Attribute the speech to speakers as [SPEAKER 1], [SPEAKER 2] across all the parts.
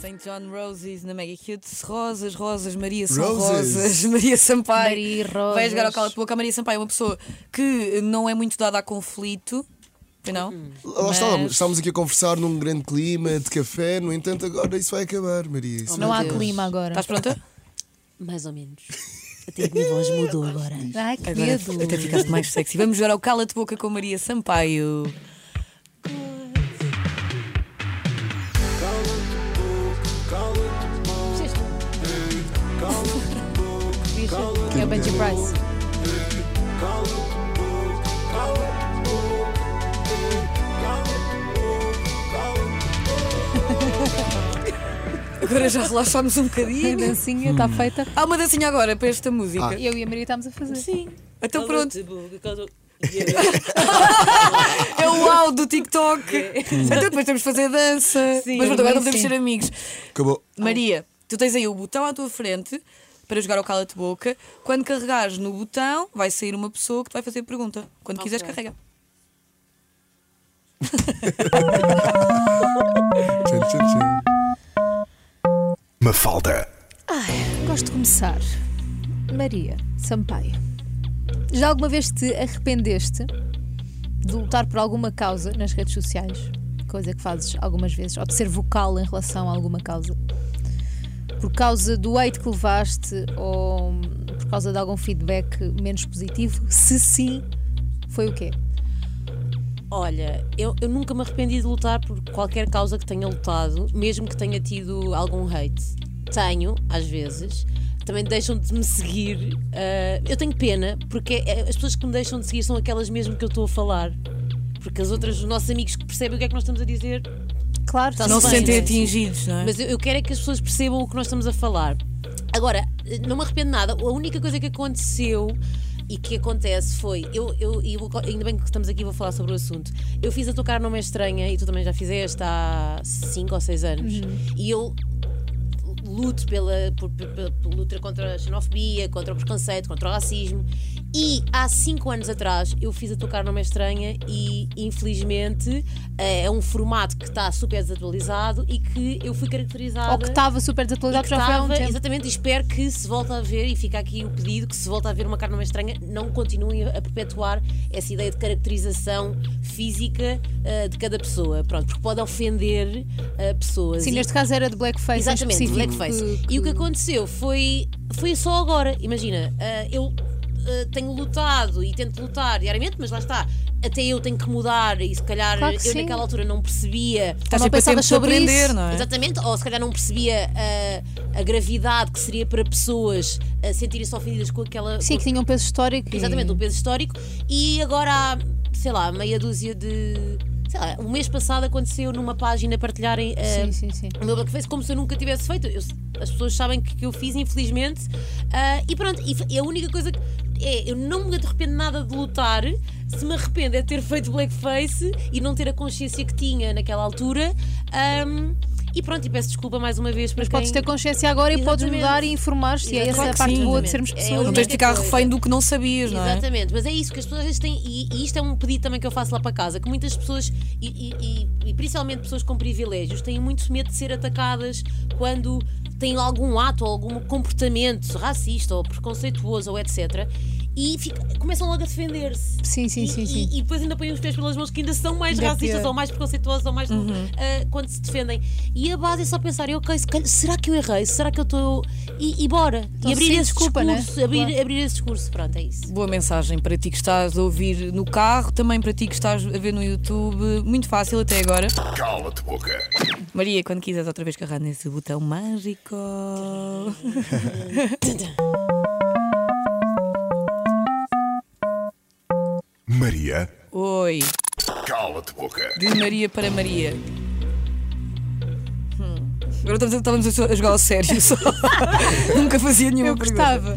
[SPEAKER 1] St. John Roses na Mega Cute. Rosas, rosas, Maria são
[SPEAKER 2] Roses.
[SPEAKER 1] rosas, Maria Sampaio.
[SPEAKER 3] Maria Rosas.
[SPEAKER 1] Vai jogar ao cala de boca. A Maria Sampaio é uma pessoa que não é muito dada a conflito. Pois Não?
[SPEAKER 3] Uhum.
[SPEAKER 2] Lá
[SPEAKER 1] Mas-
[SPEAKER 2] estávamos, estávamos aqui a conversar num grande clima de café, no entanto, agora isso vai acabar, Maria. Isso
[SPEAKER 3] Não
[SPEAKER 2] vai
[SPEAKER 3] há
[SPEAKER 2] acabar.
[SPEAKER 3] clima agora.
[SPEAKER 1] Estás pronta?
[SPEAKER 4] Mais ou menos. Até que a minha voz mudou agora.
[SPEAKER 3] Ai, que
[SPEAKER 1] Agora é
[SPEAKER 3] medo.
[SPEAKER 1] até ficaste mais sexy. Vamos jogar ao cala de boca com Maria Sampaio.
[SPEAKER 3] É o Benji Price.
[SPEAKER 1] Agora já relaxámos um
[SPEAKER 3] A
[SPEAKER 1] bocadinho.
[SPEAKER 3] dancinha está feita.
[SPEAKER 1] Há uma dancinha agora para esta música.
[SPEAKER 3] Eu e a Maria estamos a fazer.
[SPEAKER 1] Sim. Então pronto,
[SPEAKER 4] Pronto.
[SPEAKER 1] é o uau do TikTok. Então depois temos de fazer dança.
[SPEAKER 4] Sim,
[SPEAKER 1] Mas pronto, agora não
[SPEAKER 3] sim,
[SPEAKER 1] podemos
[SPEAKER 3] sim.
[SPEAKER 1] ser amigos.
[SPEAKER 2] Acabou.
[SPEAKER 1] Maria, tu tens aí o botão à tua frente para jogar ao cala-te boca. Quando carregares no botão, vai sair uma pessoa que te vai fazer pergunta. Quando quiseres,
[SPEAKER 4] Ok.
[SPEAKER 1] carrega.
[SPEAKER 2] Tchan, tchan, tchan.
[SPEAKER 5] Mafalda.
[SPEAKER 3] Ai, gosto de começar. Maria Sampaio. Já alguma vez te arrependeste de lutar por alguma causa nas redes sociais? Coisa que fazes algumas vezes, ou de ser vocal em relação a alguma causa? Por causa do hate que levaste ou por causa de algum feedback menos positivo? Se sim, foi o quê?
[SPEAKER 4] Olha, eu, eu nunca me arrependi de lutar por qualquer causa que tenha lutado, mesmo que tenha tido algum hate. Tenho, às vezes. Também deixam de me seguir. Ah, eu tenho pena, porque é- as pessoas que me deixam de seguir são aquelas mesmo que eu estou a falar. Porque as outras, os nossos amigos que percebem o que é que nós estamos a dizer,
[SPEAKER 3] Claro,
[SPEAKER 4] Tá-se
[SPEAKER 1] Não se
[SPEAKER 4] bem,
[SPEAKER 1] sentem
[SPEAKER 4] né?
[SPEAKER 1] atingidos, não é?
[SPEAKER 4] Mas eu, eu quero é que as pessoas percebam o que nós estamos a falar. Agora, não me arrependo de nada. A única coisa que aconteceu e que acontece foi. Eu, eu, e eu- ainda bem que estamos aqui vou falar sobre o assunto. Eu fiz a tocar Não é Estranha e tu também já fizeste há 5 ou 6 anos.
[SPEAKER 1] Uhum.
[SPEAKER 4] E eu luto pela, por, por- pela- pela luta contra a xenofobia, contra o preconceito, contra o racismo. E há cinco anos atrás eu fiz a tocar numa é estranha e infelizmente é um formato que está super desatualizado e que eu fui caracterizada.
[SPEAKER 3] Ou que estava super
[SPEAKER 4] e
[SPEAKER 3] desatualizado
[SPEAKER 4] que
[SPEAKER 3] já foi há um
[SPEAKER 4] estava-
[SPEAKER 3] tempo.
[SPEAKER 4] exatamente, e espero que se volte a ver, e fica aqui o pedido, que se volte a ver uma carne numa estranha, não continuem a perpetuar essa ideia de caracterização física ah, de cada pessoa, pronto, porque pode ofender ah, pessoas.
[SPEAKER 3] Sim,
[SPEAKER 4] E-
[SPEAKER 3] neste caso era de blackface. em
[SPEAKER 4] Exatamente,
[SPEAKER 3] específico,
[SPEAKER 4] blackface.
[SPEAKER 3] que-
[SPEAKER 4] E o que aconteceu foi, foi só agora. Imagina, ah, eu ah, tenho lutado e tento lutar diariamente, mas lá está. Até eu tenho que mudar e se calhar
[SPEAKER 3] Claro
[SPEAKER 4] eu
[SPEAKER 3] que sim.
[SPEAKER 4] naquela altura não percebia.
[SPEAKER 1] Estás
[SPEAKER 3] Não
[SPEAKER 1] Tá sempre a tempo
[SPEAKER 3] pensavas
[SPEAKER 1] de
[SPEAKER 3] sobre
[SPEAKER 1] aprender,
[SPEAKER 3] isso.
[SPEAKER 1] não é?
[SPEAKER 4] Exatamente, ou se calhar não percebia ah, a, a gravidade que seria para pessoas a sentirem-se ofendidas com aquela.
[SPEAKER 3] Sim, que tinha um peso histórico. e-
[SPEAKER 4] Exatamente, o peso histórico. E agora há, sei lá, meia dúzia de. Sei lá, o mês passado aconteceu numa página partilharem ah,
[SPEAKER 3] Sim, sim, sim.
[SPEAKER 4] o meu blackface como se eu nunca tivesse feito. Eu- as pessoas sabem que, que eu fiz, infelizmente. Ah, e pronto, e, f- e a única coisa que. É, eu não me arrependo nada de lutar. Se me arrependo é de ter feito blackface e não ter a consciência que tinha naquela altura. Ahm, e pronto, e peço desculpa mais uma vez para
[SPEAKER 3] Mas
[SPEAKER 4] quem...
[SPEAKER 3] podes ter consciência agora e podes
[SPEAKER 4] Exatamente.
[SPEAKER 3] mudar e informar-te. E é essa
[SPEAKER 4] Claro
[SPEAKER 3] a
[SPEAKER 4] que
[SPEAKER 3] parte
[SPEAKER 1] sim.
[SPEAKER 3] boa de sermos
[SPEAKER 4] É
[SPEAKER 3] pessoas.
[SPEAKER 1] Não
[SPEAKER 3] não é?
[SPEAKER 1] tens de ficar
[SPEAKER 4] Coisa.
[SPEAKER 1] refém do que não sabias, não é?
[SPEAKER 4] Exatamente, mas é isso que as pessoas às vezes têm, e, e isto é um pedido também que eu faço lá para casa, que muitas pessoas, e, e- e- e principalmente pessoas com privilégios, têm muito medo de ser atacadas quando têm algum ato ou algum comportamento racista ou preconceituoso ou etc. E fica- começam logo a defender-se.
[SPEAKER 3] Sim, sim,
[SPEAKER 4] E-
[SPEAKER 3] sim,
[SPEAKER 4] e,
[SPEAKER 3] sim.
[SPEAKER 4] e depois ainda põem os pés pelas mãos que ainda são mais
[SPEAKER 3] Ainda é
[SPEAKER 4] racistas
[SPEAKER 3] pior. Uhum.
[SPEAKER 4] ou mais preconceituosos ou mais ah, quando se defendem. E a base é só pensar, ok, se calhar- será que eu errei? Será que eu estou. E, e bora.
[SPEAKER 3] Então,
[SPEAKER 4] e abrir
[SPEAKER 3] sim,
[SPEAKER 4] esse
[SPEAKER 3] desculpa, né?
[SPEAKER 4] discurso, abrir,
[SPEAKER 3] Claro.
[SPEAKER 4] abrir esse discurso, pronto, é isso.
[SPEAKER 1] Boa mensagem para ti que estás a ouvir no carro, também para ti que estás a ver no YouTube. Muito fácil até agora.
[SPEAKER 5] Cala-te boca.
[SPEAKER 1] Maria, quando quiseres outra vez carregar nesse botão mágico.
[SPEAKER 5] Maria.
[SPEAKER 1] Oi,
[SPEAKER 5] Cala-te boca.
[SPEAKER 1] de Maria para Maria. Hum. Agora estamos a- estávamos a, a jogar ao sério só. Nunca fazia nenhuma
[SPEAKER 3] Eu
[SPEAKER 1] pergunta.
[SPEAKER 3] gostava.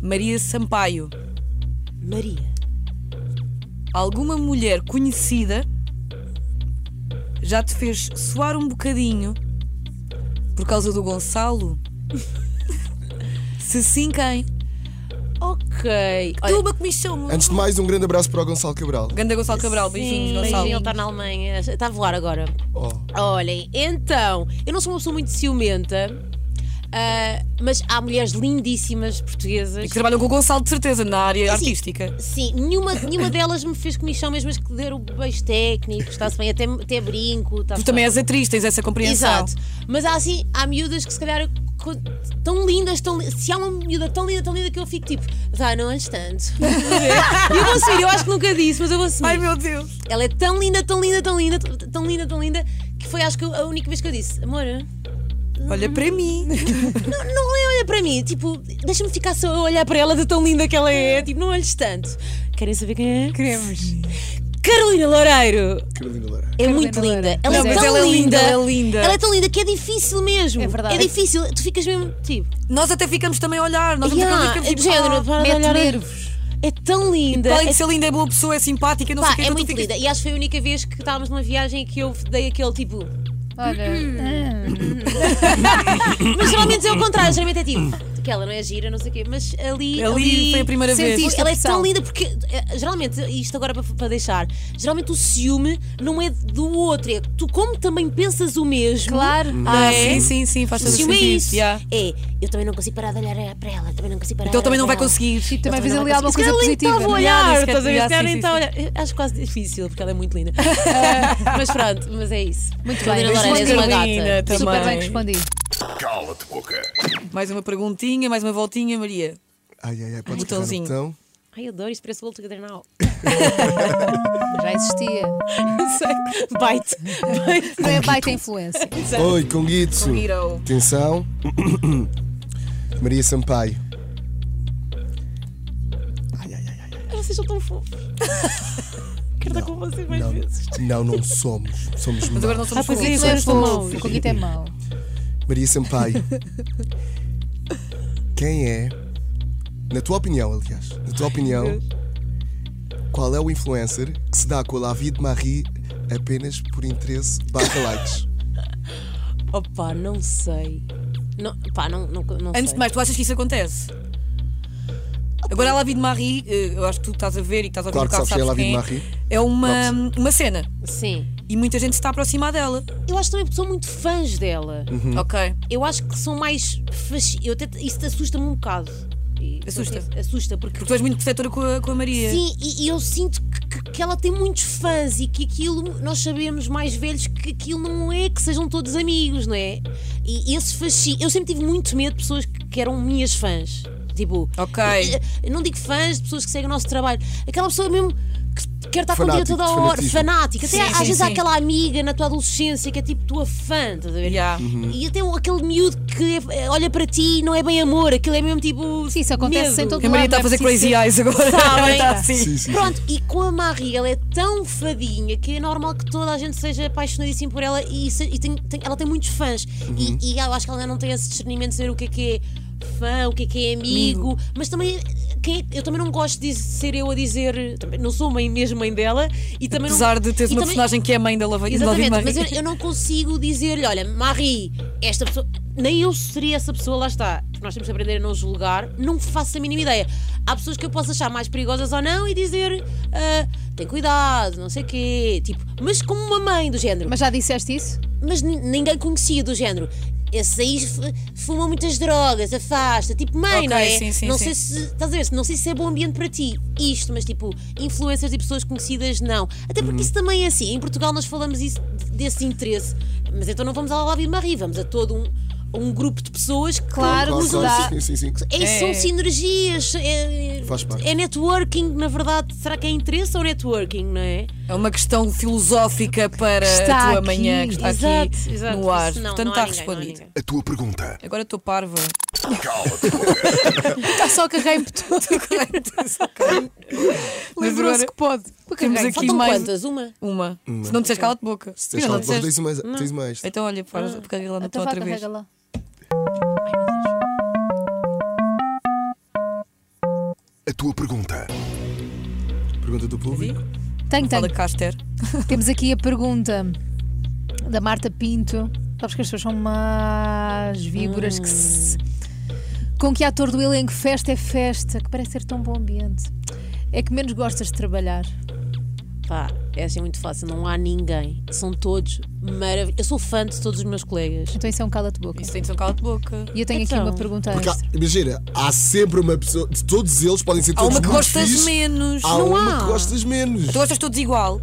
[SPEAKER 1] Maria Sampaio,
[SPEAKER 4] Maria.
[SPEAKER 1] alguma mulher conhecida já te fez suar um bocadinho por causa do Gonçalo? Se sim, quem?
[SPEAKER 4] Ok. Ok. Olha,
[SPEAKER 6] Tu uma comissão.
[SPEAKER 2] Antes de mais, um grande abraço para o Gonçalo Cabral.
[SPEAKER 1] Ganda Gonçalo Cabral, beijinhos,
[SPEAKER 4] sim,
[SPEAKER 1] Gonçalo.
[SPEAKER 4] beijinho, ele tá está na Alemanha. Está a voar agora.
[SPEAKER 2] Oh.
[SPEAKER 4] Olhem, então, eu não sou uma pessoa muito ciumenta, ah, mas há mulheres lindíssimas portuguesas.
[SPEAKER 1] E que trabalham com o Gonçalo, de certeza, na área
[SPEAKER 4] Sim,
[SPEAKER 1] artística.
[SPEAKER 4] Sim, nenhuma, nenhuma delas me fez comissão, mesmo as que deram beijos técnicos, está-se bem, até, até brinco. Está
[SPEAKER 1] Tu também és atriz, tens essa compreensão.
[SPEAKER 4] Exato. Mas há assim, há miúdas que se calhar co- tão lindas, tão, li- se há uma miúda tão linda, tão linda que eu fico tipo, vá, não és tanto. E eu vou assumir, eu acho que nunca disse, mas eu vou assumir.
[SPEAKER 1] Ai meu Deus.
[SPEAKER 4] Ela é tão linda, tão linda, tão linda, tão linda, tão linda, que foi acho que a única vez que eu disse, amor, não,
[SPEAKER 1] Olha para mim.
[SPEAKER 4] não é olha para mim, tipo, deixa-me ficar só a olhar para ela de tão linda que ela é, tipo, não olhes tanto. Querem saber quem é?
[SPEAKER 3] Queremos.
[SPEAKER 4] Carolina Loureiro!
[SPEAKER 2] Carolina Lara.
[SPEAKER 4] É muito linda.
[SPEAKER 3] Loureiro.
[SPEAKER 4] Ela
[SPEAKER 1] Não,
[SPEAKER 4] é
[SPEAKER 1] mas
[SPEAKER 4] tão
[SPEAKER 1] ela é linda,
[SPEAKER 4] linda.
[SPEAKER 1] ela é linda.
[SPEAKER 4] Ela é tão linda que é difícil mesmo.
[SPEAKER 3] É verdade.
[SPEAKER 4] difícil. Tu ficas mesmo tipo.
[SPEAKER 1] Nós até ficamos também a olhar. Nós vamos
[SPEAKER 4] "Ya",
[SPEAKER 1] yeah, ficamos
[SPEAKER 4] é
[SPEAKER 1] tipo,
[SPEAKER 4] do género. para de
[SPEAKER 3] Mete
[SPEAKER 4] olhar-
[SPEAKER 3] nervos.
[SPEAKER 4] É tão linda.
[SPEAKER 1] ah, além
[SPEAKER 4] É,
[SPEAKER 1] de ser linda, é boa pessoa, é simpática, não
[SPEAKER 4] pá,
[SPEAKER 1] sei o que.
[SPEAKER 4] é
[SPEAKER 1] então tu
[SPEAKER 4] muito
[SPEAKER 1] ficas-
[SPEAKER 4] linda. E acho que foi a única vez que estávamos numa viagem que eu dei aquele tipo.
[SPEAKER 3] Olha. ah,
[SPEAKER 4] Mas geralmente é o contrário. Geralmente é tipo. Aquela não é gira, não sei o quê. Mas ali.
[SPEAKER 1] Ali foi a primeira vez.
[SPEAKER 3] sentiste.
[SPEAKER 4] Ela é
[SPEAKER 3] pressão.
[SPEAKER 4] tão linda porque, eh, geralmente, isto agora para, para deixar, geralmente o ciúme não é do outro, é tu, como também pensas o mesmo,
[SPEAKER 3] Claro.
[SPEAKER 1] Ah, sim, sim, sim, faz todo
[SPEAKER 4] Se
[SPEAKER 1] sentido.
[SPEAKER 4] é isso.
[SPEAKER 1] yeah.
[SPEAKER 4] É, eu também não consigo parar de olhar é para ela, também não consigo parar
[SPEAKER 1] Então ele
[SPEAKER 4] de olhar
[SPEAKER 1] também não vai
[SPEAKER 4] para ela.
[SPEAKER 1] conseguir.
[SPEAKER 3] E também vês
[SPEAKER 4] Também
[SPEAKER 3] ali
[SPEAKER 4] não
[SPEAKER 3] alguma
[SPEAKER 4] consigo. Se
[SPEAKER 3] coisa
[SPEAKER 4] calhar então nem
[SPEAKER 1] Nada,
[SPEAKER 3] positiva. não é?
[SPEAKER 4] estava a olhar,
[SPEAKER 1] se
[SPEAKER 4] estás a ver?
[SPEAKER 1] calhar,
[SPEAKER 4] Se calhar
[SPEAKER 1] sim,
[SPEAKER 4] nem
[SPEAKER 1] sim,
[SPEAKER 4] está a
[SPEAKER 1] sim.
[SPEAKER 4] olhar. Acho quase difícil, porque ela é muito linda. Ah, mas pronto, mas é isso.
[SPEAKER 3] Muito
[SPEAKER 4] Carolina
[SPEAKER 3] bem,
[SPEAKER 4] Loureira, és
[SPEAKER 1] responde,
[SPEAKER 4] uma
[SPEAKER 1] Carolina,
[SPEAKER 4] gata.
[SPEAKER 1] também.
[SPEAKER 3] Super bem respondido.
[SPEAKER 5] Cala-te boca.
[SPEAKER 1] Mais uma perguntinha, mais uma voltinha, Maria.
[SPEAKER 2] Ai, ai, ai, pode clicar no
[SPEAKER 1] Botãozinho.
[SPEAKER 2] botão.
[SPEAKER 4] Ai, adoro isto, parece o outro cadernal.
[SPEAKER 3] Já existia.
[SPEAKER 4] Não sei. Bite. Bite.
[SPEAKER 3] Não é baita influência.
[SPEAKER 2] Oi, Conguito.
[SPEAKER 1] Conguito.
[SPEAKER 2] Atenção. Maria Sampaio. Ai, ai, ai, ai.
[SPEAKER 4] Ai, Vocês são tão fofos. Quero estar com vocês mais
[SPEAKER 2] Não,
[SPEAKER 4] vezes.
[SPEAKER 2] não, não somos. Somos
[SPEAKER 1] Mas agora
[SPEAKER 2] maus.
[SPEAKER 1] não somos
[SPEAKER 4] pois é,
[SPEAKER 1] felizes.
[SPEAKER 3] Não é
[SPEAKER 4] Somos
[SPEAKER 3] fofo.
[SPEAKER 4] famosos.
[SPEAKER 3] O Conguito é mau.
[SPEAKER 2] Maria Sampaio. Quem é, na tua opinião, aliás, na tua opinião, qual é o influencer que se dá com a La Vie de Marie apenas por interesse barra likes?
[SPEAKER 4] Opa, não sei. Não, pá, não, não, não
[SPEAKER 1] Antes
[SPEAKER 4] sei.
[SPEAKER 1] de mais, tu achas que isso acontece? Agora a La Vie de Marie, eh, eu acho que tu estás a ver e que estás a ver
[SPEAKER 2] Claro
[SPEAKER 1] o
[SPEAKER 2] que
[SPEAKER 1] carro,
[SPEAKER 2] sabes quem é a La Vie
[SPEAKER 1] quem
[SPEAKER 2] de
[SPEAKER 1] é.
[SPEAKER 2] Marie.
[SPEAKER 1] É uma, uma cena.
[SPEAKER 4] Sim.
[SPEAKER 1] E muita gente se está a aproximar dela.
[SPEAKER 4] Eu acho também que são muito fãs dela.
[SPEAKER 1] Uhum.
[SPEAKER 2] Uhum.
[SPEAKER 1] Ok.
[SPEAKER 4] Eu acho que são mais. Fasc... Eu até... Isso assusta-me um bocado. E-
[SPEAKER 1] Assusta?
[SPEAKER 4] Assusta, porque.
[SPEAKER 1] Porque tu és muito protetora com a, com a Maria.
[SPEAKER 4] Sim, e, e eu sinto que, que- que ela tem muitos fãs e que aquilo, nós sabemos mais velhos que aquilo não é que sejam todos amigos, não é? E esse fascínio. Eu sempre tive muito medo de pessoas que, que eram minhas fãs. Tipo.
[SPEAKER 1] Ok.
[SPEAKER 4] eh, eh, Não digo fãs de pessoas que seguem o nosso trabalho. Aquela pessoa mesmo que quer estar contigo a
[SPEAKER 2] Fanático,
[SPEAKER 4] toda a hora,
[SPEAKER 2] fanatismo.
[SPEAKER 4] fanática. Até
[SPEAKER 1] Sim,
[SPEAKER 4] às
[SPEAKER 1] sim,
[SPEAKER 4] vezes há
[SPEAKER 1] sim.
[SPEAKER 4] aquela amiga na tua adolescência que é tipo tua fã, estás a ver?
[SPEAKER 1] Yeah.
[SPEAKER 2] Uhum.
[SPEAKER 4] E até o- aquele miúdo que é- olha para ti e não é bem amor, aquilo é mesmo tipo.
[SPEAKER 3] Sim, isso acontece
[SPEAKER 4] medo.
[SPEAKER 3] em todo
[SPEAKER 1] A Maria
[SPEAKER 3] lado,
[SPEAKER 1] está a
[SPEAKER 3] não é
[SPEAKER 1] fazer
[SPEAKER 3] preciso
[SPEAKER 1] crazy
[SPEAKER 3] ser-
[SPEAKER 1] eyes agora.
[SPEAKER 4] Sabem?
[SPEAKER 1] Está assim.
[SPEAKER 2] Sim, sim.
[SPEAKER 4] Pronto, e com a Marie, ela é tão fadinha que é normal que toda a gente seja apaixonadíssima por ela e, se- e tem- tem- ela tem muitos fãs. E, e eu acho que ela ainda não tem esse discernimento de saber o que é que é fã, o que é que é amigo, mas também. quem é- eu também não gosto de ser eu a dizer, também não sou mãe mesmo mãe dela e também não-
[SPEAKER 1] Apesar de teres
[SPEAKER 4] e
[SPEAKER 1] uma
[SPEAKER 4] também-
[SPEAKER 1] personagem que é a mãe da La Vie de Marie.
[SPEAKER 4] Exatamente, mas eu, eu não consigo dizer-lhe, olha, Marie, esta pessoa, nem eu seria essa pessoa, lá está. Porque nós temos que aprender a não julgar, não faço a mínima ideia. Há pessoas que eu posso achar mais perigosas ou não e dizer, ah, tem cuidado, não sei o quê, tipo, mas como uma mãe do género,
[SPEAKER 3] Mas
[SPEAKER 4] mas,
[SPEAKER 3] já disseste isso?
[SPEAKER 4] ni- ninguém conhecia do género. Esse aí f- fuma muitas drogas, afasta, tipo mãe,
[SPEAKER 1] Ok,
[SPEAKER 4] não é?
[SPEAKER 1] sim, sim,
[SPEAKER 4] não
[SPEAKER 1] sim.
[SPEAKER 4] sei se estás a ver, não sei se é bom ambiente para ti isto, mas tipo, influências de pessoas conhecidas, não. Até
[SPEAKER 1] Uhum.
[SPEAKER 4] porque isso também é assim. Em Portugal nós falamos isso, desse interesse, mas então não vamos à Lava e Marie, vamos a todo um, um grupo de pessoas que
[SPEAKER 3] Claro,
[SPEAKER 4] nos
[SPEAKER 3] claro,
[SPEAKER 2] Sim,
[SPEAKER 3] dá.
[SPEAKER 2] sim, sim.
[SPEAKER 4] é, isso,
[SPEAKER 1] É.
[SPEAKER 4] São sinergias, é,
[SPEAKER 2] Faz parte.
[SPEAKER 4] é networking, na verdade. Será que é interesse ou networking, não é?
[SPEAKER 1] É uma questão filosófica para
[SPEAKER 3] Está
[SPEAKER 1] a tua
[SPEAKER 3] aqui.
[SPEAKER 1] manhã que está aqui
[SPEAKER 4] Exato, exato.
[SPEAKER 1] no ar.
[SPEAKER 4] Isso não,
[SPEAKER 1] Portanto,
[SPEAKER 4] não
[SPEAKER 1] está
[SPEAKER 4] há ninguém, não há
[SPEAKER 1] respondido.
[SPEAKER 4] ninguém.
[SPEAKER 5] A tua pergunta.
[SPEAKER 1] Agora estou parva.
[SPEAKER 5] Cala-te boca.
[SPEAKER 3] Está só carregue-me todo. Lembrou-se
[SPEAKER 1] agora
[SPEAKER 3] que pode. Vou
[SPEAKER 1] temos
[SPEAKER 3] carregar-me.
[SPEAKER 1] aqui-
[SPEAKER 4] Faltam
[SPEAKER 1] mais-
[SPEAKER 4] quantas? Uma?
[SPEAKER 1] Uma. Se não disseres cala-te boca. Se
[SPEAKER 2] Tens
[SPEAKER 1] não
[SPEAKER 2] alguma coisa?
[SPEAKER 1] disseste-
[SPEAKER 2] Tens mais. Tens mais.
[SPEAKER 1] Então olha, faz, carrega lá no botão
[SPEAKER 3] Então vá,
[SPEAKER 1] outra vez.
[SPEAKER 3] carrega lá.
[SPEAKER 5] A tua pergunta.
[SPEAKER 2] Pergunta do público.
[SPEAKER 3] Tenho,
[SPEAKER 1] Fala
[SPEAKER 3] tenho.
[SPEAKER 1] Caster.
[SPEAKER 3] Temos aqui a pergunta da Marta Pinto. Sabes que as pessoas são más víboras que se Com que ator do elenco festa é festa, que parece ser tão bom ambiente. É que menos gostas de trabalhar.
[SPEAKER 4] Pá, essa é muito fácil, não há ninguém. São todos maravilhosos. Eu sou fã de todos os meus colegas.
[SPEAKER 3] Então isso é um cala-te-boca.
[SPEAKER 1] Isso tem de ser um calo de boca.
[SPEAKER 3] E eu tenho
[SPEAKER 4] Então.
[SPEAKER 3] aqui uma pergunta
[SPEAKER 2] Porque há-
[SPEAKER 3] extra.
[SPEAKER 2] imagina, há sempre uma pessoa. De todos eles podem ser
[SPEAKER 1] Há
[SPEAKER 2] todos
[SPEAKER 1] uma que
[SPEAKER 2] muito
[SPEAKER 1] gostas
[SPEAKER 2] fixe,
[SPEAKER 1] menos.
[SPEAKER 2] Há um-
[SPEAKER 1] Não Então é
[SPEAKER 2] uma
[SPEAKER 4] há.
[SPEAKER 2] que gostas menos.
[SPEAKER 1] Tu gostas todos igual.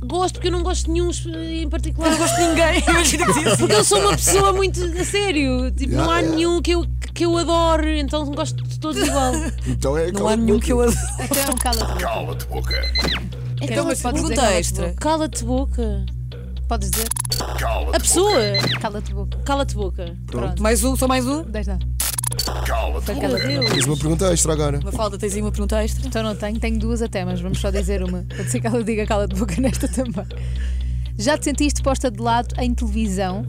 [SPEAKER 4] Gosto porque eu não gosto de nenhum em particular.
[SPEAKER 1] Não gosto de ninguém. Imagina que dizia assim.
[SPEAKER 4] Porque eu sou uma pessoa muito a sério. Tipo,
[SPEAKER 2] Yeah,
[SPEAKER 4] não há
[SPEAKER 2] yeah.
[SPEAKER 4] nenhum que eu, que eu adoro, então gosto de todos igual.
[SPEAKER 2] Então é
[SPEAKER 1] Não há nenhum que eu adoro.
[SPEAKER 3] Então é um cala-te-boca.
[SPEAKER 5] Cala-te boca.
[SPEAKER 1] Então, mas
[SPEAKER 3] podes dizer
[SPEAKER 1] pergunta
[SPEAKER 3] cala-te-boca.
[SPEAKER 1] extra.
[SPEAKER 4] Cala-te boca.
[SPEAKER 3] Podes dizer
[SPEAKER 4] A
[SPEAKER 5] Cala-te
[SPEAKER 4] pessoa.
[SPEAKER 3] cala-te boca.
[SPEAKER 4] Cala-te boca.
[SPEAKER 3] Pronto.
[SPEAKER 1] Mais um, só mais um.
[SPEAKER 3] Deixa lá.
[SPEAKER 5] Cala-te
[SPEAKER 4] Meu Deus.
[SPEAKER 2] Fiz uma pergunta extra agora.
[SPEAKER 1] Uma falda, tens aí uma pergunta extra?
[SPEAKER 3] Então não tenho, tenho duas até, mas vamos só dizer uma. Pode ser que ela diga cala de boca nesta também. Já te sentiste posta de lado em televisão?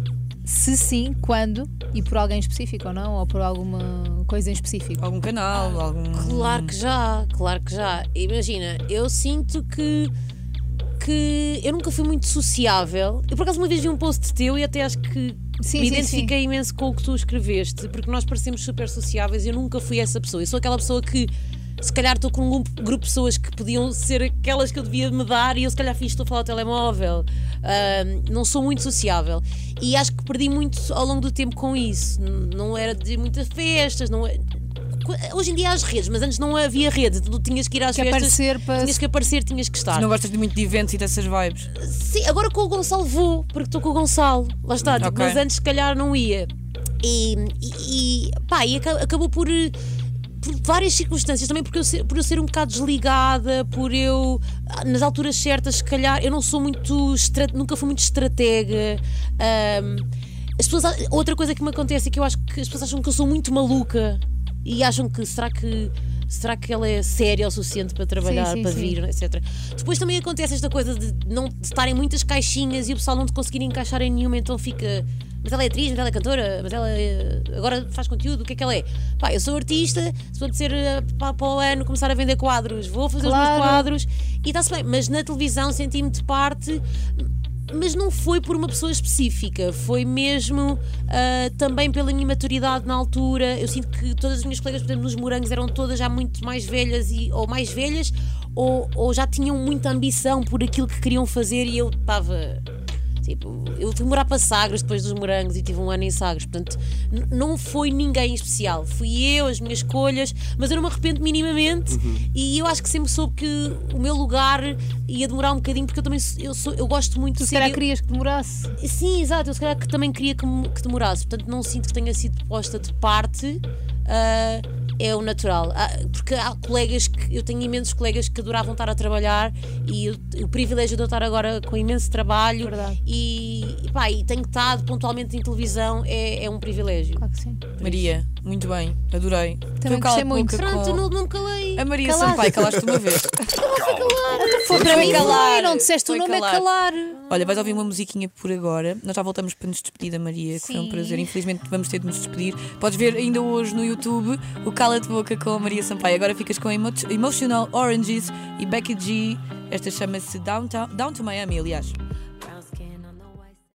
[SPEAKER 3] Se sim, quando? E por alguém específico ou não? Ou por alguma coisa em específico?
[SPEAKER 1] Algum canal, algum.
[SPEAKER 4] Claro que já, claro que já. Imagina, eu sinto que. que eu nunca fui muito sociável. Eu por acaso uma vez vi um post teu e até acho que.
[SPEAKER 3] Sim,
[SPEAKER 4] me
[SPEAKER 3] sim,
[SPEAKER 4] identifiquei imenso com o que tu escreveste, porque nós parecemos super sociáveis e eu nunca fui essa pessoa. Eu sou aquela pessoa que, se calhar, estou com um grupo grupo de pessoas que podiam ser aquelas que eu devia me dar e eu, se calhar, fiz, estou a falar ao telemóvel. Ahm, não sou muito sociável e acho que perdi muito ao longo do tempo com isso. N- Não era de muitas festas, não é. Hoje em dia há as redes, mas antes não havia rede. Tu tinhas que ir às
[SPEAKER 3] Que
[SPEAKER 4] festas.
[SPEAKER 3] aparecer para-
[SPEAKER 4] Tinhas que aparecer, tinhas que estar.
[SPEAKER 1] Não gostas de muito de eventos e dessas vibes?
[SPEAKER 4] Sim, agora com o Gonçalo vou, porque estou com o Gonçalo. Lá está, tipo,
[SPEAKER 1] Ok.
[SPEAKER 4] mas antes se calhar não ia. E, e, e, pá, e aca- acabou por. eh, Por várias circunstâncias, também porque eu ser, por eu ser um bocado desligada, por eu, ah, nas alturas certas, se calhar, eu não sou muito. estra- nunca fui muito estratega. Ahm, as pessoas, a- outra coisa que me acontece é que eu acho que as pessoas acham que eu sou muito maluca e acham que será que. Será que ela é séria o suficiente para trabalhar,
[SPEAKER 3] sim,
[SPEAKER 4] para
[SPEAKER 3] sim.
[SPEAKER 4] vir? etc. Depois também acontece esta coisa de não de estarem muitas caixinhas e o pessoal não te conseguir encaixar em nenhuma, então fica. Mas ela é atriz, mas ela é cantora, mas ela é- agora faz conteúdo, o que é que ela é? Pá, eu sou artista, se pode ser para, para o ano começar a vender quadros, vou fazer os
[SPEAKER 3] Claro.
[SPEAKER 4] meus quadros e está-se bem. Mas na televisão senti-me de parte, mas não foi por uma pessoa específica, foi mesmo ah, também pela minha maturidade na altura. Eu sinto que todas as minhas colegas, por exemplo, nos morangos eram todas já muito mais velhas e, ou mais velhas, ou, ou já tinham muita ambição por aquilo que queriam fazer e eu estava. Tipo, eu fui morar para Sagres depois dos morangos e tive um ano em Sagres, portanto, n- não foi ninguém em especial. Fui eu, as minhas escolhas, mas eu não me arrependo minimamente e eu acho que sempre soube que o meu lugar ia demorar um bocadinho, porque eu também sou- eu, sou, eu gosto muito
[SPEAKER 3] Tu
[SPEAKER 4] de
[SPEAKER 3] se
[SPEAKER 4] ser
[SPEAKER 3] calhar
[SPEAKER 4] eu-
[SPEAKER 3] querias que demorasse.
[SPEAKER 4] Sim, exato. Eu se calhar que também queria que, me- que demorasse. Portanto, não sinto que tenha sido posta de parte. ah, é o natural. Ah, porque há colegas que. Eu tenho imensos colegas que adoravam estar a trabalhar e eu- o privilégio de eu estar agora com imenso trabalho.
[SPEAKER 3] Verdade.
[SPEAKER 4] E, e pá, e tenho estado pontualmente em televisão é, é um privilégio.
[SPEAKER 3] Claro que sim.
[SPEAKER 1] Maria, muito bem, adorei.
[SPEAKER 3] Também
[SPEAKER 1] Tu cala
[SPEAKER 3] gostei
[SPEAKER 1] a boca
[SPEAKER 3] muito.
[SPEAKER 4] Pronto,
[SPEAKER 1] com-
[SPEAKER 4] eu não, não me calei.
[SPEAKER 3] É
[SPEAKER 1] A Maria
[SPEAKER 4] Calaste.
[SPEAKER 1] Sampaio, calaste uma vez.
[SPEAKER 3] Foi
[SPEAKER 1] para mim calar.
[SPEAKER 3] Não disseste o
[SPEAKER 1] Foi
[SPEAKER 3] nome, é
[SPEAKER 1] calar.
[SPEAKER 3] calar.
[SPEAKER 1] Olha, vais ouvir uma musiquinha por agora. Nós já voltamos para nos despedir da Maria, que foi um
[SPEAKER 3] Sim.
[SPEAKER 1] prazer. Infelizmente vamos ter de nos despedir. Podes ver ainda hoje no YouTube o Cala de Boca com a Maria Sampaio. Agora ficas com Emo- Emotional Oranges e Becky G. Esta chama-se Downtown- Down to Miami, aliás.